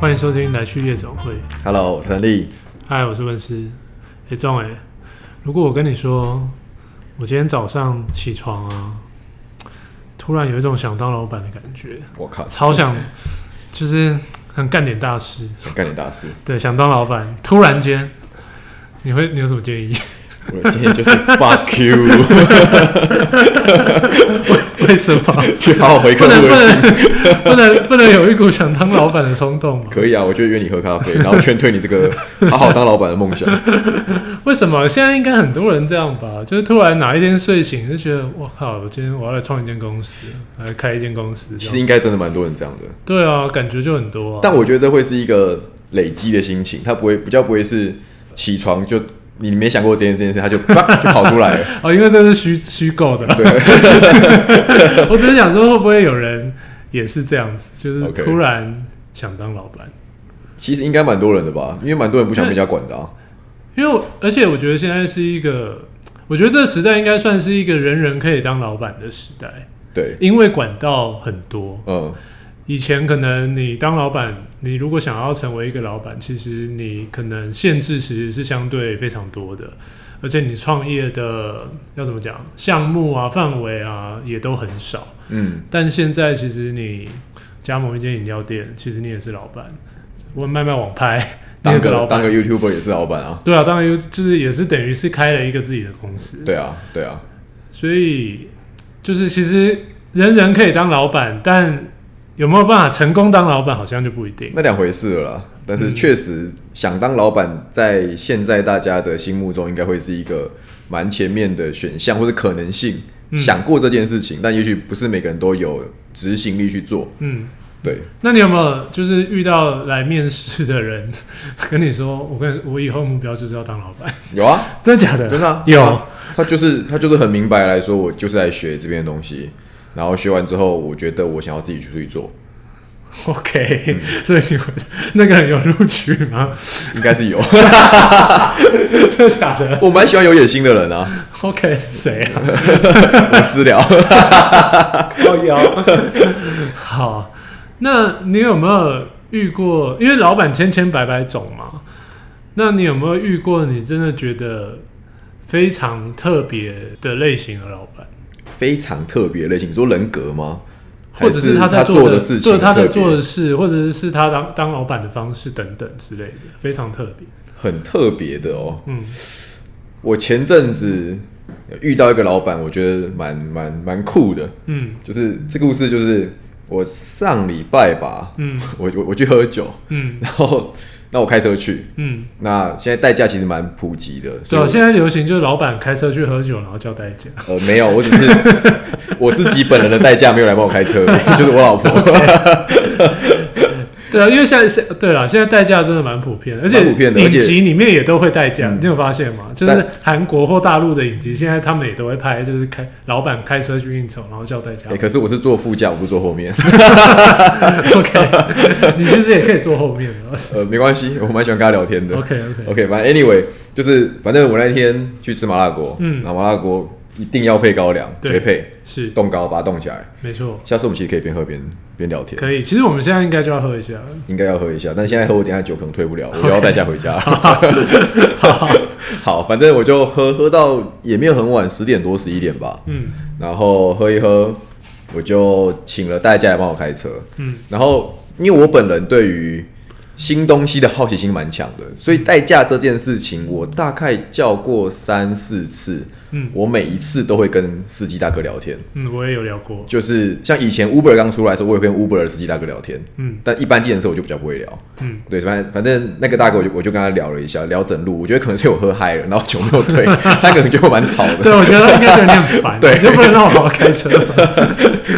欢迎收听来去夜总会。 Hello，我是陈立。嗨，我是温师。哎，壮哎，如果我跟你说，我今天早上起床啊，突然有一种想当老板的感觉，我靠，超想，就是很干点大事。想干你大事！对，想当老板，突然间，你会你有什么建议？我的建议就是 fuck you， 为什么去好好回不客能户不的信。能不能不能有一股想当老板的冲动吗？可以啊，我就约你喝咖啡，然后劝退你这个好好当老板的梦想。为什么现在应该很多人这样吧？就是突然哪一天睡醒就觉得，我靠，我今天我要来创一间公司，来开一间公司其这实样。应该真的蛮多人这样的，对啊，感觉就很多啊。但我觉得这会是一个累积的心情，他不会比较不会是起床就你没想过这件这件事，他就啪就跑出来了。哦，因为这是虚虚构的啦。对 我只是想说，会不会有人也是这样子，就是 OK 突然想当老板？其实应该蛮多人的吧，因为蛮多人不想被人家管的啊。因为我而且我觉得现在是一个，我觉得这个时代应该算是一个人人可以当老板的时代，对，因为管道很多。嗯，以前可能你当老板，你如果想要成为一个老板，其实你可能限制其实是相对非常多的，而且你创业的要怎么讲项目啊、范围啊也都很少。嗯，但现在其实你加盟一间饮料店，其实你也是老板，我卖卖网拍，你也当是老个当板个。YouTuber 也是老板啊。对啊，当然有，就是也是等于是开了一个自己的公司。对啊，对啊，所以就是其实人人可以当老板，但有没有办法成功当老板，好像就不一定。那两回事了啦。嗯但是确实，想当老板在现在大家的心目中，应该会是一个蛮前面的选项或者可能性。嗯想过这件事情，但也许不是每个人都有执行力去做。嗯，对，那你有没有就是遇到来面试的人 跟你说，我跟我以后目标就是要当老板， 有啊，真的假的？真的、啊、有他，他就是他就是很明白来说，我就是来学这边的东西，然后学完之后，我觉得我想要自己出去做， OK，、所嗯以你会那个人有录取吗？ 应该是有。 真的假的我蛮喜欢有野心的人啊， ？OK 是谁 啊？我 私聊。哦高瑶。 好，那你有没有遇过？因为老板千千百百种嘛，那你有没有遇过你真的觉得非常特别的类型的老板，非常特别的类型，你说人格吗？或者还是他在做的事对情，他在做的事，或者是他当当老板的方式等等之类的，非常特别。很特别的哦。嗯，我前阵子遇到一个老板，我觉得蛮蛮蛮酷的，嗯就是这个故事就是我上礼拜吧，嗯我我我去喝酒，嗯然后那我开车去， 嗯，那现在代驾其实蛮普及的，对所以啊，我现在流行就是老板开车去喝酒，然后叫代驾。呃，没有，我只是 我自己本人的代驾没有来帮我开车，就是我老婆， 对啊，因为现在现对了，现在代驾真的蛮普遍的，而且蛮普遍的影而且集里面也都会代驾，嗯你有发现吗？就是韩国或大陆的影集，现在他们也都会拍，就是开老板开车去应酬，然后叫代驾欸。可是我是坐副驾，我不是坐后面， OK，你其实也可以坐后面 的。呃，没关系，我蛮喜欢跟他聊天的。 OK OK， OK，反正 anyway，就是反正我那天去吃麻辣锅，嗯嗯，然后麻辣锅一定要配高粱，对绝配，是冻高把它冻起来。没错，下次我们其实可以边喝边边聊天，可以。其实我们现在应该就要喝一下。应该要喝一下，但现在喝我等一下酒可能退不了，我要代驾回 家。 好，反正我就喝喝到也没有很晚，十点多十一点吧，嗯然后喝一喝，我就请了代驾来帮我开车。嗯然后因为我本人对于新东西的好奇心蛮强的，所以代驾这件事情，我大概叫过三四次。嗯我每一次都会跟司机大哥聊天，嗯，我也有聊过。就是像以前 Uber 刚出来的时候，我也会跟 Uber 的司机大哥聊天。嗯但一般计程车我就比较不会聊。嗯，对，反正反正那个大哥我就我就跟他聊了一下，聊整路，我觉得可能是我喝嗨了，然后酒没有退， 他可能觉得我蛮吵的。对，我觉得应该有点烦，对你就不能让我好好开 车吗。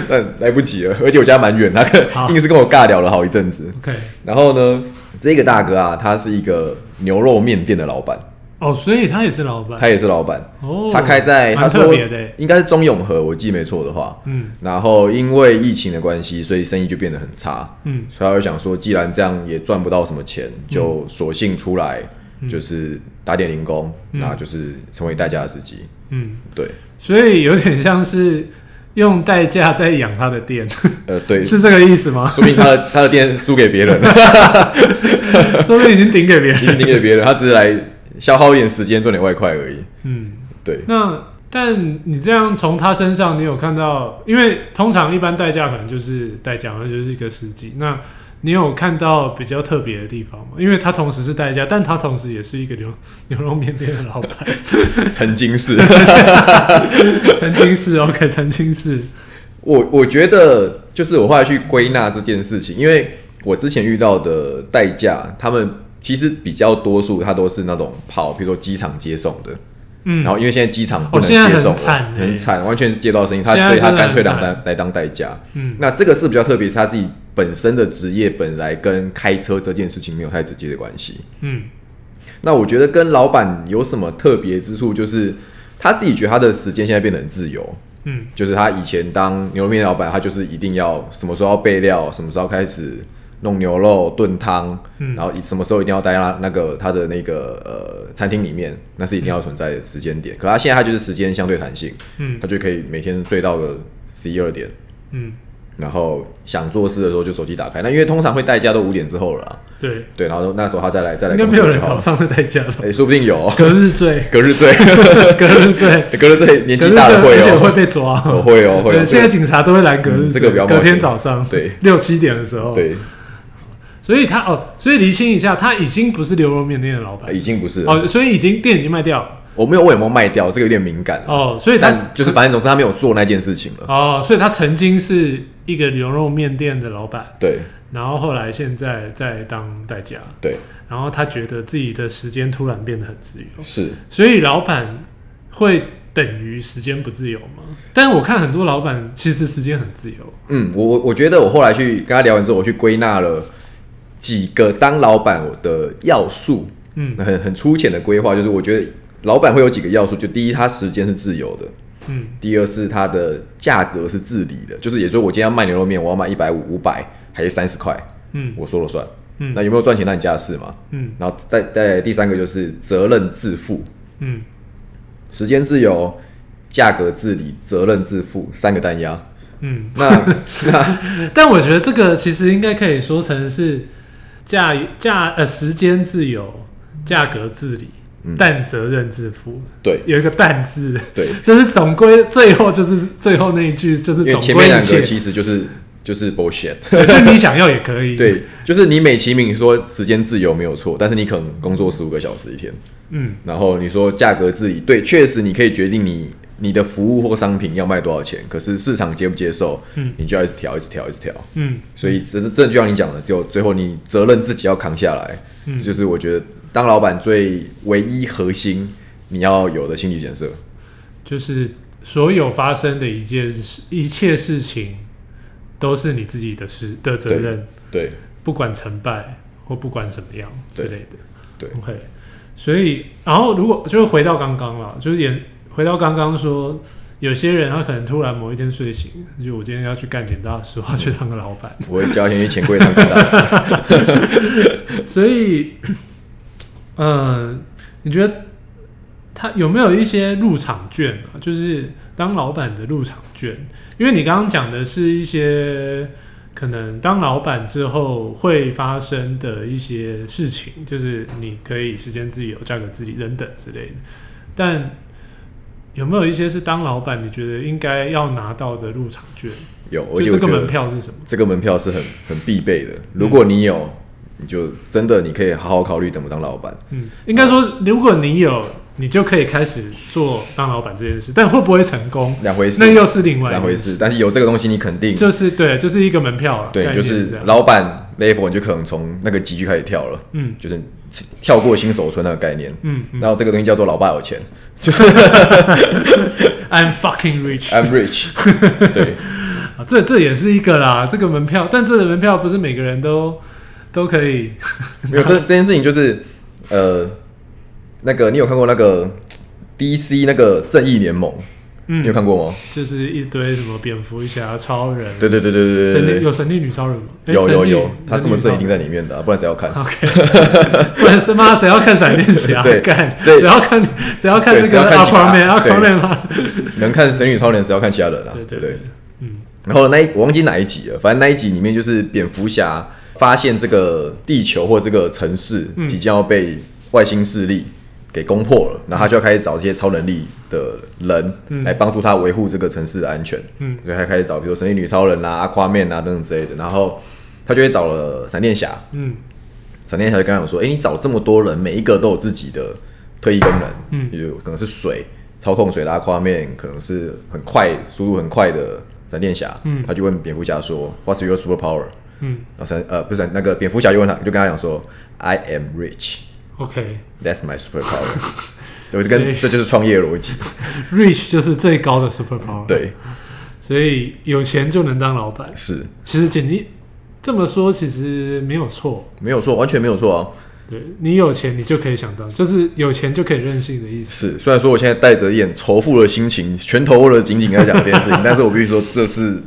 但来不及了，而且我家蛮远，他好硬是跟我尬聊了好一阵子。 OK，然后呢，这个大哥啊，他是一个牛肉面店的老板，哦，所以他也是老板他也是老板，哦，他开在他蛮说特别的欸。应该是中永和，我记没错的话。嗯然后因为疫情的关系，所以生意就变得很差，嗯所以他就想说，既然这样也赚不到什么钱，就索性出来嗯就是打点零工，那就是成为代驾的司机。嗯。对，所以有点像是用代价在养他的店，呃，对，是这个意思 吗？说明他的他的店租给别人，说不定已经顶给别已人。经给别人，他只是来消耗一点时间赚点外快而已。嗯，对，那但你这样从他身上，你有看到，因为通常一般代驾可能就是代驾，那就是一个司机。那你有看到比较特别的地方吗？因为他同时是代驾，但他同时也是一个牛牛肉面店的老 板，曾经是曾经是 OK，曾经是我，我觉得就是我后来去归纳这件事情，因为我之前遇到的代驾，他们其实比较多数他都是那种跑，比如说机场接送的。嗯然后因为现在机场不哦能现在接很送了，惨欸很惨，完全是接不到生意，他现在所以他真的干脆很当惨代来当代驾。嗯那这个是比较特别，是他自己本身的职业本来跟开车这件事情没有太直接的关系。嗯那我觉得跟老板有什么特别之处，就是他自己觉得他的时间现在变得很自由，嗯就是他以前当牛肉面老板，他就是一定要什么时候要备料，什么时候开始弄牛肉炖汤，嗯然后什么时候一定要待到那个他的那个呃餐厅里面，那是一定要存在的时间点。可他现在他就是时间相对弹性，嗯他就可以每天睡到个十一二点，嗯，然后想做事的时候就手机打开。那因为通常会代驾都五点之后了啦，对，对，然后那时候他再来再来应该工没有作人就好早了。上会代驾吧？哎、说不定有 隔日醉，隔日醉， 隔日醉，隔日醉年隔纪日醉，大了会而且哦、会被抓。我 会哦、会哦、对，现在警察都会拦隔日嗯这醉，个不要冒隔天险早上对六七点的时候，对，所以他哦，所以厘清一下，他已经不是牛肉面店的老板已经不是了哦，所以已经店已经卖掉了我没有问有没有卖掉，这个有点敏感。哦，所以他但就是反正总之他没有做那件事情了。哦，所以他曾经是一个牛肉面店的老板，对然后后来现在在当代驾，对然后他觉得自己的时间突然变得很自由，是，所以老板会等于时间不自由吗？但我看很多老板其实时间很自由，嗯，我我我觉得我后来去跟他聊完之后，我去归纳了几个当老板我的要素，嗯很很粗浅的规划，就是我觉得老板会有几个要素，就第一，他时间是自由的。嗯第二是它的价格是自理的，就是也就是我今天要卖牛肉面，我要卖一百五、五百还是三十块，嗯我说了算。嗯那有没有赚钱那你家的事嘛？嗯然后再再第三个就是责任自负，嗯时间自由、价格自理、责任自负三个单压。嗯，那 但我觉得这个其实应该可以说成是价价呃时间自由、价格自理，嗯但责任自负，对有一个“但”字，对，就是总归最后就是最后那一句就是因为总前归面一两切 个，其实就是就是 bullshit。就你想要也可以。，对，就是你美其名说时间自由没有错，但是你可能工作十五个小时一天，嗯然后你说价格自理，对，确实你可以决定你你的服务或商品要卖多少钱，可是市场接不接受，嗯你就要一直调，一直调，一直调。嗯所以这这就像你讲的，只有最后你责任自己要扛下来，嗯这就是我觉得当老板最唯一核心你要有的心理建设。就是所有发生的一件事、一切事情，都是你自己的事的责任，对，不管成败或不管怎么样之类的。对 OK，所以然后如果就是回到刚刚啦，就是也回到刚刚说，有些人他可能突然某一天睡醒，就我今天要去干点大事，我要去当个老板，我会交钱去钱柜上干 大事。所以， 嗯，你觉得他有没有一些入场券啊？就是当老板的入场券，因为你刚刚讲的是一些可能当老板之后会发生的一些事情，就是你可以时间自由、价格自理等等之类的，但。有没有一些是当老板你觉得应该要拿到的入场券？有，而就且这我个觉门得票是嗯什么？这个门票是很很必备的，如果你有，你就真的你可以好好考虑怎么当老板。嗯，应该说，如果你有，你就可以开始做当老板这件事，但会不会成功，两回那事，又是另外一两回事事。。但是有这个东西，你肯定就是对，就是一个门票了。对，概就念是是这样。老板 level 你就可能从那个级距开始跳了，嗯就是跳过新手村那个概念。嗯嗯然后这个东西叫做老爸有钱，I'm fucking rich ，I'm rich 。对，啊，这这也是一个啦，这个门票，但这个门票不是每个人都都可以。 没有这这件事情就是呃，那个你有看过那个 DC 那个正义联盟？你有嗯，看过吗？就是一堆什么蝙蝠侠、超人，对对对对对神对力对有神力女超人吗？诶有有神力有，他这么正一定。神力女超人在里面的啊，不然谁要看？ OK，不然是妈谁要看闪电侠？ 对干所以谁要看谁要看那对谁要个看警察 Aquaman？Aquaman 吗？能看《神女超人》，谁要看其他人啊？对对对不对对？，嗯然后那一我忘记哪一集了，反正那一集里面就是蝙蝠侠发现这个地球或这个城市嗯即将要被外星势力给攻破了，然后他就要开始找这些超能力的人嗯来帮助他维护这个城市的安全，嗯所以他开始找比如说神力女超人啦、阿夸面啊等等之类的，然后他就会找了闪电侠，嗯闪电侠就跟他讲说：“哎、你找这么多人，每一个都有自己的特异功能，嗯有可能是水操控水拉画面，可能是很快速度很快的闪电侠，嗯他就问蝙蝠侠说：What's your super power？嗯然后闪呃不是那个蝙蝠侠就问他，就跟他讲说：I am rich, ，OK。 that's my super power。这就所以跟这就是创业 逻辑， Reach 就是最高的 super power，，对，所以有钱就能当老板。是其实简历这么说，其实没有错。没有错，完全没有错啊。对你有钱，你就可以想当，就是有钱就可以任性的意思。是，虽然说我现在带着一点仇富的心情，拳头握得紧紧在讲这件 事情，但是我必须说这是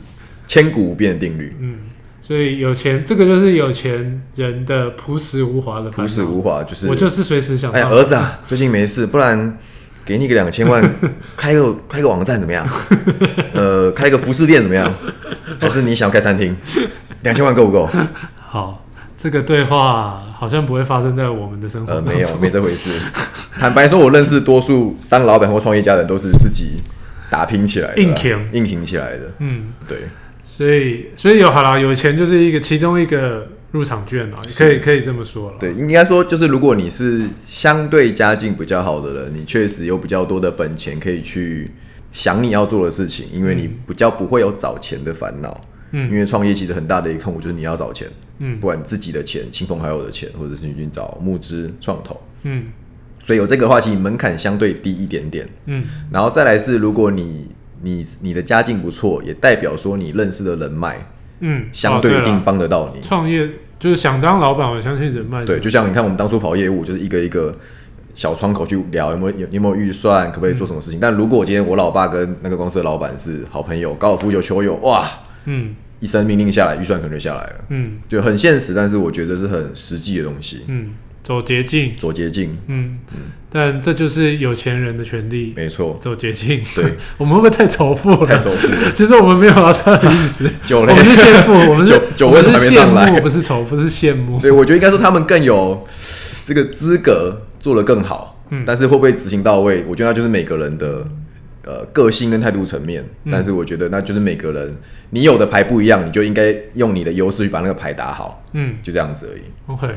千古不变的定律。嗯，所以有钱，这个就是有钱人的朴实无华的烦恼。朴实无华，就是哎我就是随时想哎呀，到。儿子啊，最近没事，不然给你个 两千万，开个开个网站怎么样？呃，开个服饰店怎么样？还是你想开餐厅？两千万够不够？好，这个对话好像不会发生在我们的生活呃，当中。没有，没这回事。坦白说，我认识多数当老板或创业家的人都是自己打拼起来的啦，硬挺硬挺起来的。嗯，对，所以所以有好了，有钱就是一个其中一个入场券啊，可以可以这么说了。对，应该说就是，如果你是相对家境比较好的人，你确实有比较多的本钱可以去想你要做的事情，因为你比较不会有找钱的烦恼。嗯因为创业其实很大的一个痛苦就是你要找钱，嗯不管自己的钱、亲朋好友的钱，或者是你去找募资、创投，嗯所以有这个的话，其实门槛相对低一点点。嗯然后再来是，如果你你你的家境不错，也代表说你认识的人脉嗯，相哦对一了定帮得到你。创业就是想当老板，我相信人脉。对，，就像你看我们当初跑业务，就是一个一个小窗口去聊有没有有有没有预算，可不可以做什么事嗯情。但如果今天我老爸跟那个公司的老板是好朋友，高尔夫球球友，哇，嗯一声命令下来，预算可能就下来了，嗯就很现实，但是我觉得是很实际的东西，嗯，走捷径，走捷径，嗯，但这就是有钱人的权利，没错，走捷径。 对，我们会不会太仇富太了？仇富了，其实我们没有要这样 的意思，久我了们。 是羡慕，我们是 酒酒我们为什么是还没上来羡慕，不是仇，不是羡慕。 对，我觉得应该说他们更有这个资格做得更好，嗯但是会不会执行到位，我觉得那就是每个人的呃个性跟态度层面。嗯但是我觉得那就是每个人你有的牌不一样，你就应该用你的优势去把那个牌打好，嗯就这样子而已。 ，OK。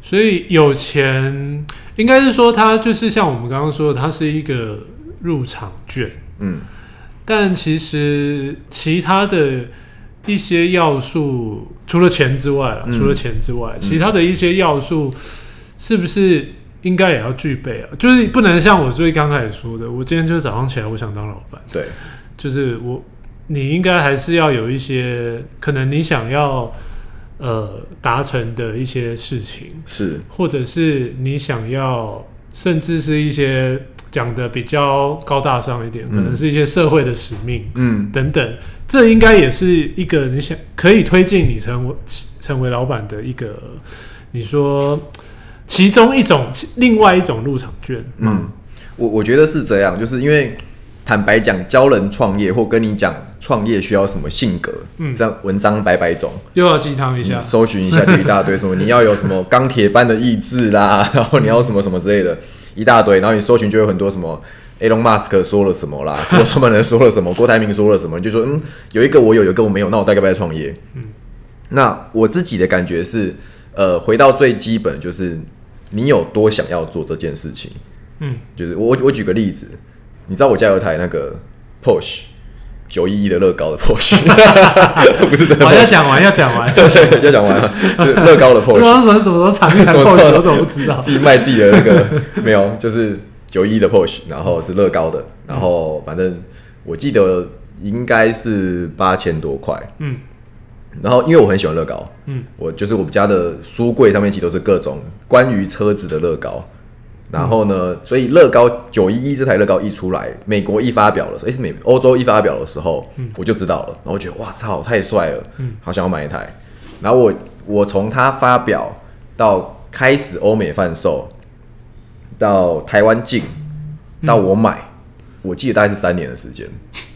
所以有钱应该是说，它就是像我们刚刚说的，它是一个入场券。嗯，但其实其他的一些要素，除了钱之外啦，嗯除了钱之外，其他的一些要素是不是应该也要具备啊？就是不能像我最刚开始说的，我今天就是早上起来我想当老板，对，就是我你应该还是要有一些可能你想要呃达成的一些事情，是，或者是你想要，甚至是一些讲的比较高大上一点，可能是一些社会的使命嗯，等等，这应该也是一个你想可以推进你成为成为老板的一个，你说其中一种，其另外一种入场券，嗯，我我觉得是这样，就是因为坦白讲，教人创业或跟你讲创业需要什么性格，嗯这样文章百百种。又要鸡汤一下你，嗯搜寻一下就一大堆，什么你要有什么钢铁般的意志啦， 然后你要什么什么之类的，一大堆。然后你搜寻就有很多什么 Elon Musk 说了什 么啦，郭创办人说了什么，郭台铭说了什么，你就说嗯，有一个我有，有一个我没有，那我大概不要创业。嗯，那我自己的感觉是，呃，回到最基本就是你有多想要做这件事情。嗯就是我我我举个例子，你知道我家有台那个 Porsche 九一一的乐高的 Porsche，不是真的我要 Porsche。讲完，要讲 完。对，要讲完了，就是乐高的不 Porsche，知道什么什么时候产品才什么时候破局，我怎么不知 道？自己卖自己的那个没有，就是九一的 Porsche，然后是乐高的，然嗯后反正我记得应该是八千多块。嗯然后因为我很喜欢乐高，嗯我就是我们家的书柜上面其实都是各种关于车子的乐高，然后呢，所以乐高九一一这台乐高一出来，美国一发表的时候，诶、是美欧洲一发表的时候，我就知道了，然后我觉得哇操，太帅了，好想要买一台。然后我我从它发表到开始欧美贩售，到台湾进，到我买，我记得大概是三年的时间。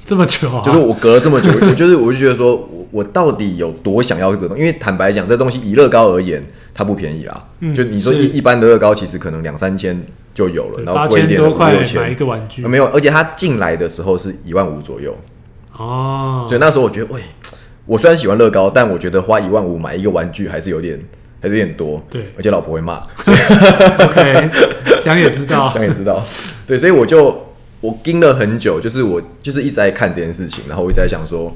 这么久啊， 就是我隔了这么久，我就是我就觉得说我我到底有多想要这个东西？因为坦白讲，这东西以乐高而言，它不便宜啦。嗯就你说是一一般的乐高，其实可能两三千就有了，然后八贵一千点的多五块六买一千，个玩具呃没有，而且它进来的时候是一万五左右，哦，所以那时候我觉得，喂，我虽然喜欢乐高，但我觉得花一万五买一个玩具还是有点还是有点多，对而且老婆会骂。 ，OK，想也知道，想也知道，对，所以我就我盯了很久，就是我就是一直在看这件事情，然后我一直在想说，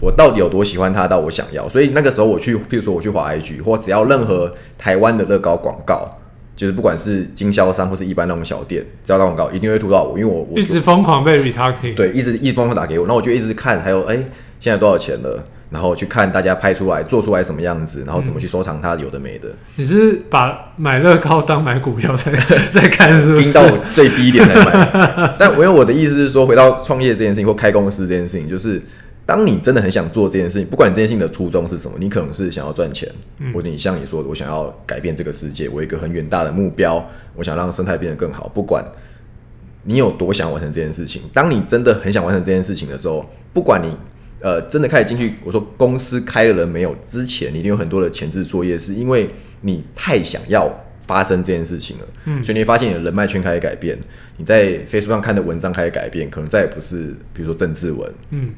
我到底有多喜欢它到我想要，所以那个时候我去，譬如说我去滑 IG 或只要任何台湾的乐高广告，就是不管是经销商或是一般那种小店，只要那广告一定会吐到我，因为我我一直疯狂被 retargeting，对，一直一封打给我，然后我就一直看，还有哎、现在多少钱了，然后去看大家拍出来做出来什么样子，然后嗯怎么去收藏它有的没的。你是把买乐高当买股票在 在看是不盯到是？我最低点才买。 但我因为我的意思是说，回到创业这件事情或开公司这件事情，就是当你真的很想做这件事情，不管这件事情的初衷是什么，你可能是想要赚钱，嗯或者你像你说的，我想要改变这个世界，我有一个很远大的目标，我想让生态变得更好。不管你有多想完成这件事情，当你真的很想完成这件事情的时候，不管你。呃，真的开始进去，我说公司开了人没有？之前你一定有很多的前置作业，是因为你太想要发生这件事情了，所以你会发现你的人脉圈开始改变，你在 Facebook 上看的文章开始改变，可能再也不是比如说政治文，嗯，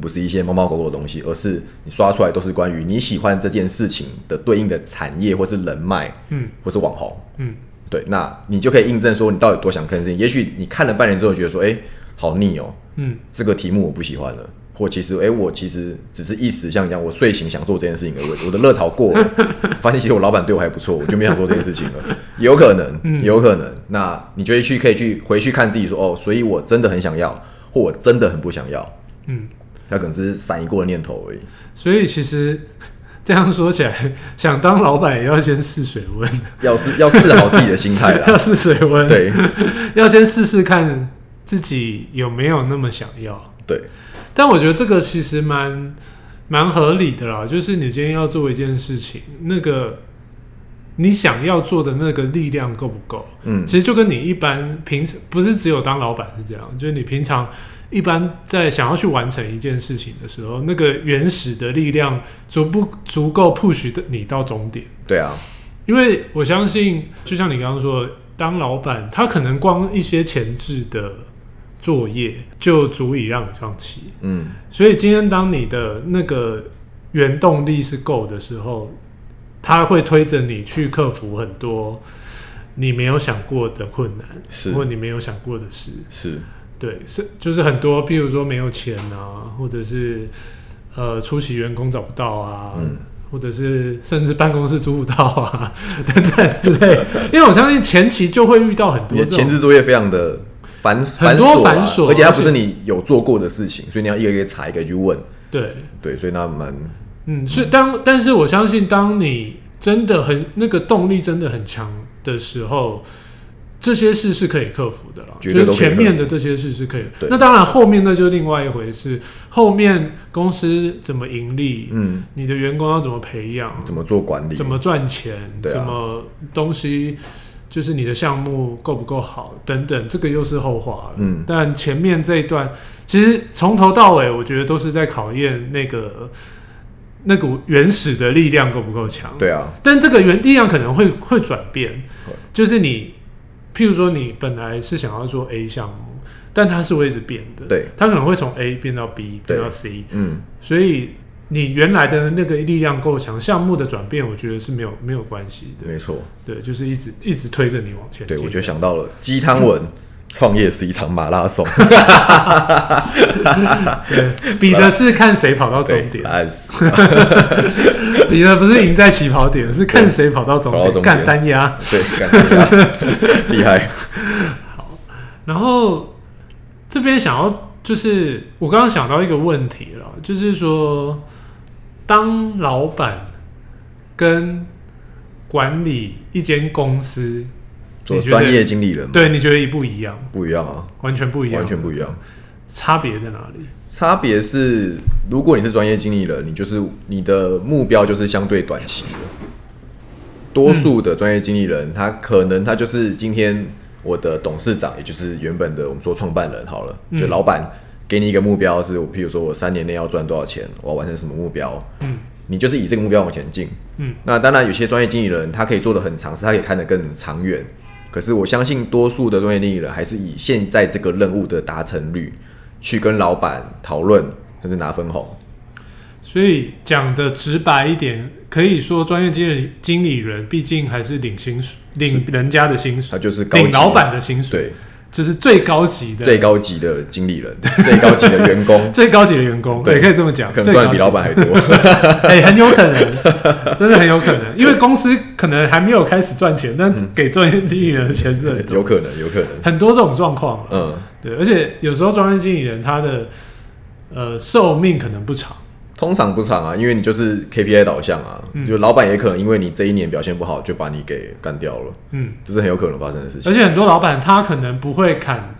不是一些猫猫狗狗的东西，而是你刷出来都是关于你喜欢这件事情的对应的产业或是人脉，嗯，或是网红，嗯，对，那你就可以印证说你到底多想看这件事情。也许你看了半年之后觉得说，哎、好腻哦、嗯，这个题目我不喜欢了，或其实诶，我其实只是一时像你讲，我睡醒想做这件事情而已，我的热潮过了，发现其实我老板对我还不错，我就没想做这件事情了，有可能，有可能。那你就会去可以去回去看自己说哦，所以我真的很想要，或我真的很不想要，嗯，那可能只是闪一过的念头而已。所以其实 这样说起来，想当老板也要先试水温，要是要试好自己的心态啦 要，试水温，，啊对要先试试看自己有没有那么想要。对，但我觉得这个其实蛮蛮合理的啦，就是你今天要做一件事情，那个你想要做的那个力量够不够？嗯其实就跟你一般平常不是只有当老板是这样，就是你平常一般在想要去完成一件事情的时候，那个原始的力量足不足够 push 的你到终点？对啊，因为我相信，就像你刚刚说的，当老板他可能光一些前置的作业就足以让你放弃。嗯所以今天当你的那个原动力是够的时候，它会推着你去克服很多你没有想过的困是难，或你没有想过的事。是，对，是就是很多，比如说没有钱啊，或者是呃出席员工找不到啊。嗯或者是甚至办公室租不到啊，等等之类，因为我相信前期就会遇到很你多的这种前置作业非常的繁很繁多琐啊、繁琐而且它而不且是你有做过的事情，所以你要一个一个查，一个一个去问。对，对，所以那蛮嗯，是当，但是我相信，当你真的很那个动力真的很强的时候，这些事是可以克服的啦。绝就是对都可以前克服面的这些事是可以对，那当然后面那就另外一回事。后面公司怎么盈利，嗯，你的员工要怎么培养，怎么做管理？怎么赚钱，对啊怎么东西，就是你的项目够不够好等等，这个又是后话了。嗯但前面这一段，其实从头到尾，我觉得都是在考验那个那股原始的力量够不够强。，对啊，但这个原力量可能会会转变，就是你，譬如说你本来是想要做 A 项目，但它是会一直变的。对，它可能会从 A 变到 B，变到对 C，嗯，所以你原来的那个力量够强，项目的转变，我觉得是没有没有关系的。没错。对，就是一直一直推着你往前进。对，我就想到了鸡汤文， 创业是一场马拉松，对比的是看谁跑到终对， 点，烂死了，比的不是赢在起跑点，是 看谁跑到终跑到终点，点干单压。对，感觉厉害，然后这边想要就是我刚刚想到一个问题了，就是说当老板跟管理一间公司做 你觉得专业经理人嘛，对，你觉得一不一样？不一样啊，完全不一样，嗯完全不一样。差别在哪里？差别是，如果你是专业经理人，你就是你的目标就是相对短期的。多数的专业经理人，他可能他就是今天我的董事长，也就是原本的我们说创办人好了，就老板给你一个目标，是我譬如说我三年内要赚多少钱，我要完成什么目标，嗯，你就是以这个目标往前进。嗯，那当然有些专业经理人他可以做的很长，是他可以看得更长远。可是我相信多数的专业经理人还是以现在这个任务的达成率去跟老板讨论，甚至拿分红。所以讲的直白一点，可以说专业经理经理人毕竟还是领薪水，领人家的薪他水，就是高级领老板的薪水，对这是最高级的、最高级的经理人， 最高级的员工，最高级的员工，对也可以这么讲，可能最赚高得级比老板还多。哎、很有可能， 真的很有可能，因为公司可能还没有开始赚钱，但嗯给专业经理人的钱是很多， 有可能，有可能。很多这种状况啊。嗯，对，而且有时候专业经理人他的呃寿命可能不长，通常不长啊，因为你就是 KPI 导向啊，嗯就老板也可能因为你这一年表现不好，就把你给干掉了，嗯，这是很有可能发生的事情。而且很多老板他可能不会砍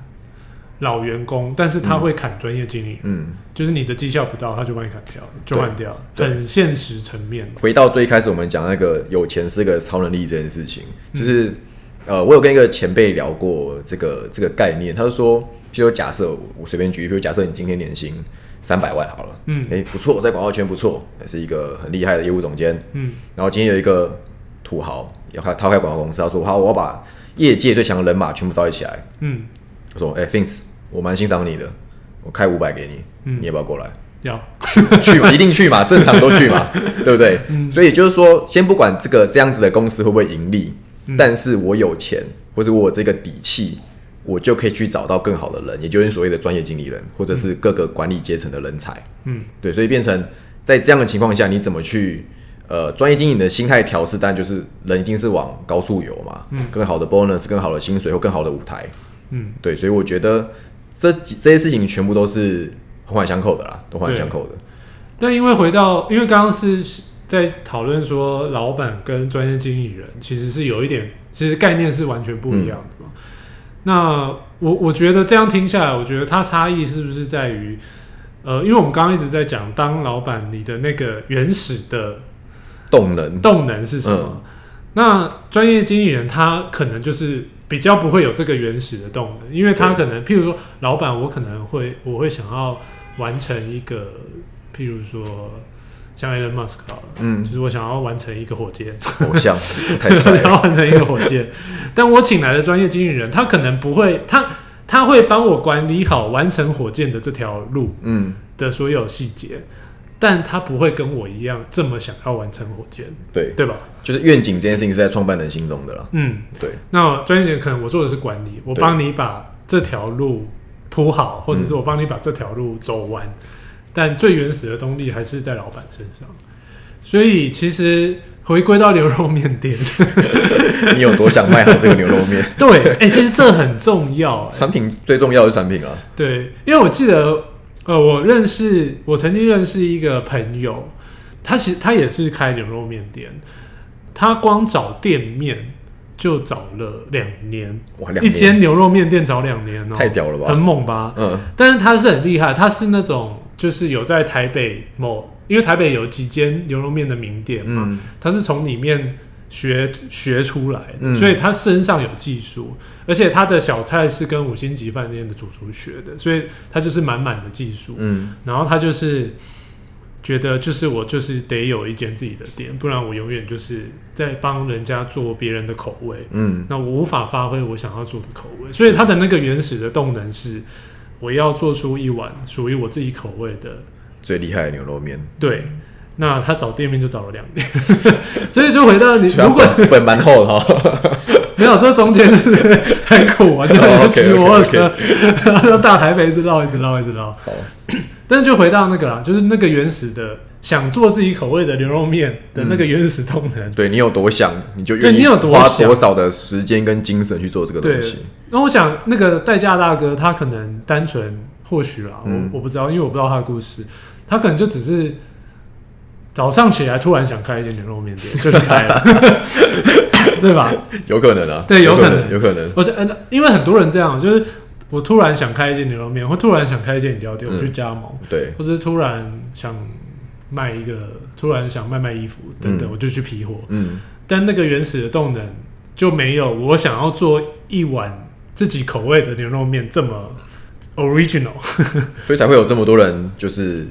老员工，但是他会砍专业经理人，嗯，就是你的绩效不到，他就把你砍掉，就换掉，对很现实层面。回到最开始我们讲那个有钱是个超能力这件事情，嗯就是、呃，我有跟一个前辈聊过这个这个概念，他就说，譬如假设我随便举例，譬如假设你今天年薪三百万好了，嗯哎、不错，在广告圈不错，是一个很厉害的业务总监，嗯然后今天有一个土豪要开他要开广告公司，他说好，我要把业界最强的人马全部召集起来，嗯，我说，哎、f i n c e 我蛮欣赏你的，我开五百给你，嗯你要不要过来？要去嘛，一定去嘛，正常都 去嘛，对不对？嗯所以也就是说，先不管这个这样子的公司会不会盈利，嗯但是我有钱或者我有这个底气，我就可以去找到更好的人，也就是所谓的专业经理人，或者是各个管理阶层的人才。嗯，对，所以变成在这样的情况下，你怎么去呃专业经理人的心态调试？当然就是人一定是往高速游嘛，嗯，更好的 bonus、更好的薪水或更好的舞台。嗯，对，所以我觉得这几这些事情全部都是环环相扣的啦，都环环相扣的。但因为回到，因为刚刚是在讨论说，老板跟专业经理人其实是有一点，其实概念是完全不嗯一样的嘛。那我我觉得这样听下来，我觉得它差异是不是在于，呃，因为我们刚刚一直在讲，当老板你的那个原始的动能，动能是什嗯么？那专业经理人他可能就是比较不会有这个原始的动能，因为他可能，譬如说，老板我可能会我会想要完成一个，譬如说像 Elon Musk 好了，嗯就，是我想要完成一个火箭，偶像 太帅 想了，要完成一个火 箭，但我请来的专业经理人，他可能不会，他他会帮我管理好完成火箭的这条路嗯，的所有细节，但他不会跟我一样这么想要完成火箭，对，对吧？就是愿景这件事情是在创办人心中的啦，嗯，对，那专业经理可能我做的是管理，我对嗯帮你把这条路铺好，或者是我帮你把这条路走完，但最原始的动力还是在老板身上。所以其实回归到牛肉面 店，你有多想卖好这个牛肉面？对，哎、其实这很重要、哎 产品最重要的是产品啊，对，因为我记得，呃，我认识，我曾经认识一个朋友，他其实他也是开牛肉面店，他光找店面就找了两年，哇，两一年间牛肉面店找两年哦、太屌了很吧？猛吧？嗯，但是他是很厉害，他是那种就是有在台北某，因为台北有几间牛肉面的名店嘛，嗯他是从里面学学出来的，嗯所以他身上有技术，而且他的小菜是跟五星级饭店的主厨学的，所以他就是满满的技术。嗯，然后他就是觉得，就是我就是得有一间自己的店，不然我永远就是在帮人家做别人的口味。嗯，那我无法发挥我想要做的口味，所以它的那个原始的动能是，我要做出一碗属于我自己口味的。最厉害的牛肉面，对，那他找店面就找了两年， 所以就回到你，虽然如果本本蛮厚的 哈，没有这中间是很苦啊，就要骑摩托车哦，然后到大台北一直绕，一直绕，一直绕。好，但是就回到那个啦，就是那个原始的想做自己口味的牛肉面的那个原始动能，对你有多想，你就对愿你意有多花想多少的时间跟精神去做这个对东西，，那我想那个代驾大哥他可能单纯或许啦，嗯我我不知道，因为我不知道他的故事，他可能就只是早上起来突然想开一间牛肉面店，就去开 了，对吧？有可能啊，对有有可能能，有可能，我是嗯，因为很多人这样，就是我突然想开一间牛肉面，或突然想开一间饮料店，我去加盟，对，或者突然想卖一个，突然想卖卖衣服等等，嗯我就去批货。嗯，但那个原始的动能就没有我想要做一碗自己口味的牛肉面这么 original。所以才会有这么多人就是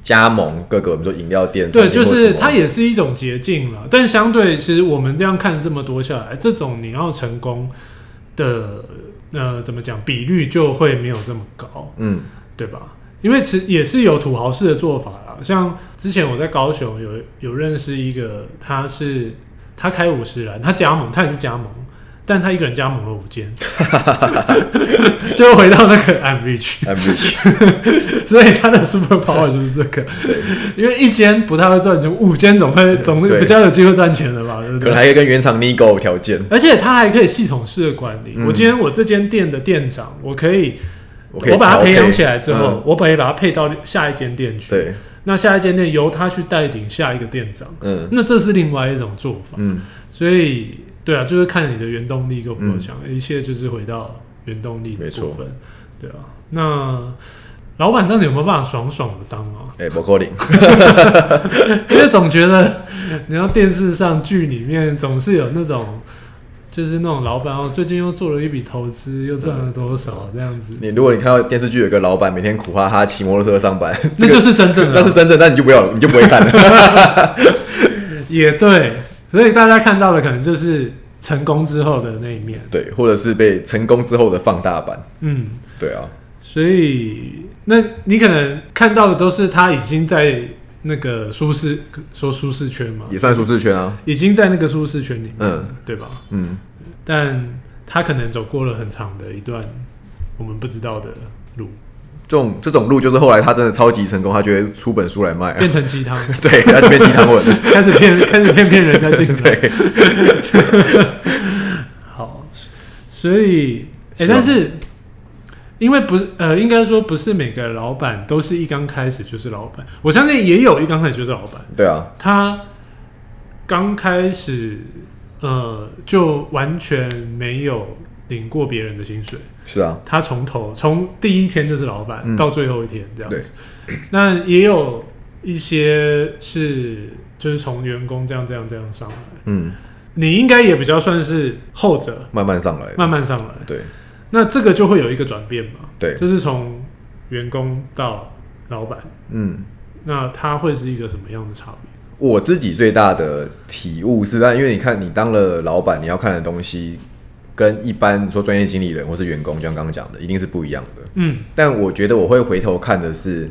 加盟各个，比如说饮料店，对，餐厅就或是什么啊它也是一种捷径了。但相对，其实我们这样看这么多下来，这种你要成功的呃，怎么讲比率就会没有这么高，嗯对吧？因为其实也是有土豪式的做法啦，像之前我在高雄有有认识一个，他是他开五十兰，他加盟，他也是加盟，但他一个人加盟了五 间，就回到那个 I'm rich， ，I'm rich，所以他的 super power 就是这个。对，因为一间不太会赚钱，五间总会总嗯对比较有机会赚钱的吧，对不可能对？还可以跟原厂 nego 条件，而且它还可以系统式的管理。嗯我今天我这间店的店长，我可以我可以把它调培养配起来之后嗯，我可以把它配到下一间店去。对，那下一间店由他去带领下一个店长，嗯那这是另外一种做法。嗯，所以，对啊，就是看你的原动力够不够嗯强，一切就是回到原动力的部没错分。对啊，那老板到底有没有办法爽爽的当啊？ 哎，不扣零，因为总觉得你要电视上剧里面总是有那种，就是那种老板哦，最近又做了一笔投资，又赚了多少这样子，嗯你如果你看到电视剧有个老板每天苦哈哈骑摩托车上班，那这个就是真正的那是真正，但你就不要了，你就不会看了。 也对。所以大家看到的可能就是成功之后的那一面，对，或者是被成功之后的放大版。嗯，对啊，所以那你可能看到的都是他已经在那个舒适说舒适圈嘛，也算舒适圈啊。已经在那个舒适圈里面，嗯对吧？嗯，但他可能走过了很长的一段我们不知道的路，这种这种路就是后来他真的超级成功，他就会出本书来卖、啊变。成鸡汤， 对，他就变鸡汤文。 开始骗，开始骗骗人家进来。对， 好，所以，哎、是啊但是因为不是呃，应该说不是每个老板都是一刚开始就是老板，我相信也有一刚开始就是老板，对啊，他刚开始呃就完全没有领过别人的薪水。是啊，他从头从第一天就是老板、嗯到最后一天这样子。那也有一些是就是从员工这样这样这样上来，嗯，你应该也比较算是后者，慢慢上来。慢慢上来。对那这个就会有一个转变嘛，对，就是从员工到老板，嗯，那他会是一个什么样的差别？我自己最大的体悟是，但因为你看，你当了老板，你要看的东西跟一般你说专业经理人或是员工，就像刚刚讲的，一定是不一样的。嗯但我觉得我会回头看的是，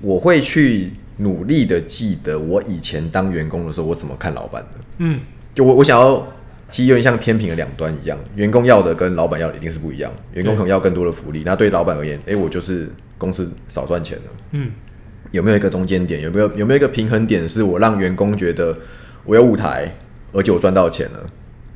我会去努力的记得我以前当员工的时候，我怎么看老板的。嗯就我我想要，其实有点像天平的两端一样，员工要的跟老板要的一定是不一样。员工可能要更多的福利，那对老板而言，诶，我就是公司少赚钱了。嗯有没有一个中间点？有没有有没有一个平衡点？是我让员工觉得我有舞台，而且我赚到钱了，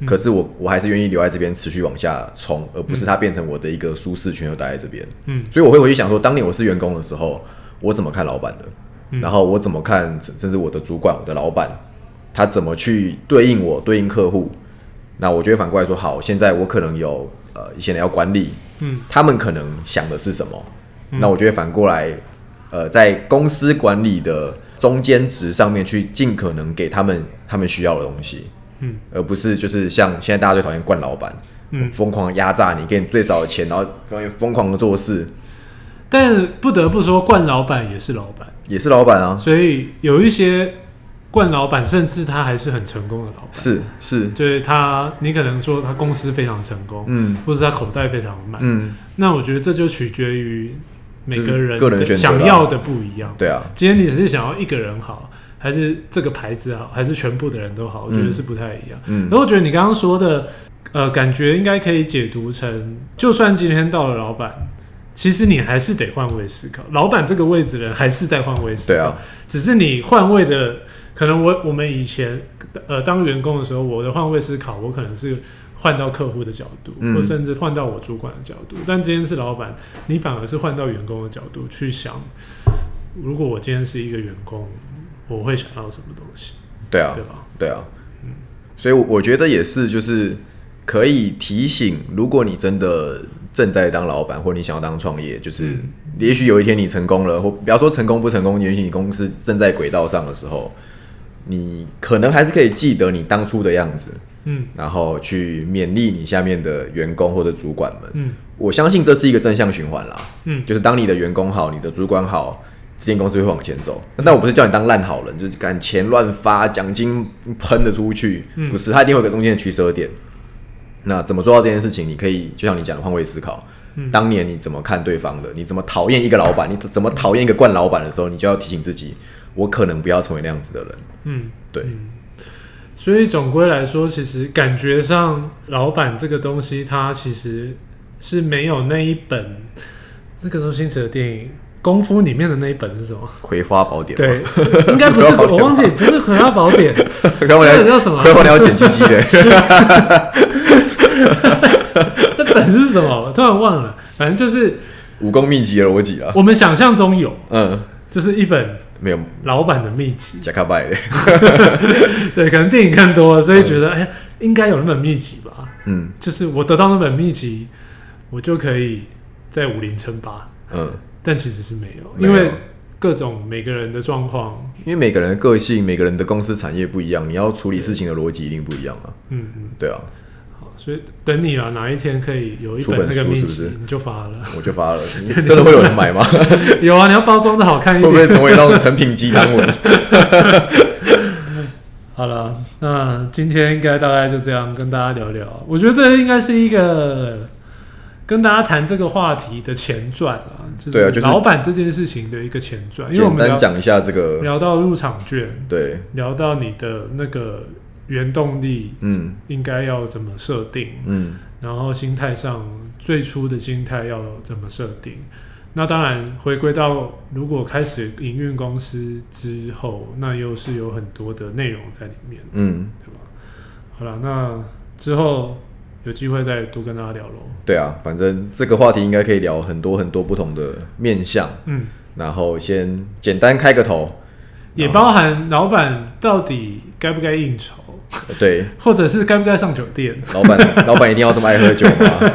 可是我我还是愿意留在这边持续往下冲，而不是它变成我的一个舒适圈，又待在这边。嗯，所以我会回去想说，当年我是员工的时候，我怎么看老板的？然后我怎么看，甚甚至我的主管、我的老板，他怎么去对应我、对应客户？那我就会反过来说，好，现在我可能有呃一些人要管理，嗯，他们可能想的是什么？那我就会反过来，呃，在公司管理的中间值上面去尽可能给他们他们需要的东西，嗯，而不是就是像现在大家最讨厌惯老板，嗯疯狂地压榨你，给你最少的钱，然后疯狂的做事，但不得不说，冠老板也是老板，也是老板啊，所以有一些冠老板，甚至他还是很成功的老板。是是，就是他，你可能说他公司非常成功，嗯或者是他口袋非常满，嗯，那我觉得这就取决于每个人就是个人选择想啦要的不一样。对啊，今天你只是想要一个人好，还是这个牌子好，还是全部的人都好，我觉得嗯是不太一样。嗯然后我觉得你刚刚说的，呃，感觉应该可以解读成，就算今天到了老板。其实你还是得换位思考，老板这个位置的人还是在换位思对考，啊，只是你换位的，可能我我们以前呃当员工的时候，我的换位思考，我可能是换到客户的角度，嗯或甚至换到我主管的角度。但今天是老板，你反而是换到员工的角度去想，如果我今天是一个员工，我会想要什么东西，对啊对，吧？对啊，所以我我觉得也是，就是可以提醒，如果你真的正在当老板，或你想要当创业，就是也许有一天你成功了，或不要说成功不成功，也许你公司正在轨道上的时候，你可能还是可以记得你当初的样子，嗯然后去勉励你下面的员工或者主管们。嗯我相信这是一个正向循环啦，嗯就是当你的员工好，你的主管好，这间公司会往前走。但我不是叫你当烂好人，就是敢钱乱发，奖金喷的出去，嗯不是，它一定会有个中间的取舍点。那怎么做到这件事情？你可以就像你讲的换位思考。嗯当年你怎么看对方的？你怎么讨厌一个老板？你怎么讨厌一个惯老板的时候，你就要提醒自己，我可能不要成为那样子的人。嗯，对，所以总归来说，其实感觉上老板这个东西，它其实是没有那一本那个周星驰的电影《功夫》里面的那一本是什么？葵花宝典。，对，应该不是，葵花 宝典吧我忘记不是《葵花宝典》， 刚我那本聊叫什么？葵花聊剪鸡鸡的， 那本是什么？我突然忘了，反正就是武功秘籍的逻辑啊。我们想象中有，嗯，就是一本没有老板的秘籍。加卡拜的。对，可能电影看多了，所以觉得哎、应该有那本秘籍吧。嗯就是我得到那本秘籍，我就可以在武林称霸。嗯。但其实是没有，没因有为各种每个人的状况，因为每个人的个性、每个人的公司产业不一样，你要处理事情的逻辑一定不一样啊。嗯嗯，对啊，好，所以等你了，哪一天可以有一出本本那个书秘是不籍，是你就发了。 我就发了，你真的会有人买吗？会有啊，你要包装的好看一不点。会成为那种成品鸡汤文？好了，那今天应该大概就这样跟大家聊聊。我觉得这应该是一个跟大家谈这个话题的前传啊，就对啊就是是老板这件事情的一个前传， 因为我简们单聊讲一下这个，聊到入场券，对，聊到你的那个原动力嗯应该要怎么设定，嗯，然后心态上最初的心态要怎么设定。那当然，回归到如果开始营运公司之后，那又是有很多的内容在里面。嗯，对吧？好了，那之后有机会再多跟大家聊喽。对啊，反正这个话题应该可以聊很多很多不同的面向。嗯，然后先简单开个头，也包含老板到底该不该应酬，对，或者是该不该上酒店，老板，老板一定要这么爱喝 酒吗？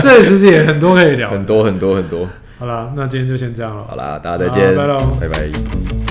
这其实也很嗯多可以聊。很多很多很多。好啦，那今天就先这样了好。啦，大家再见好拜喽，拜拜。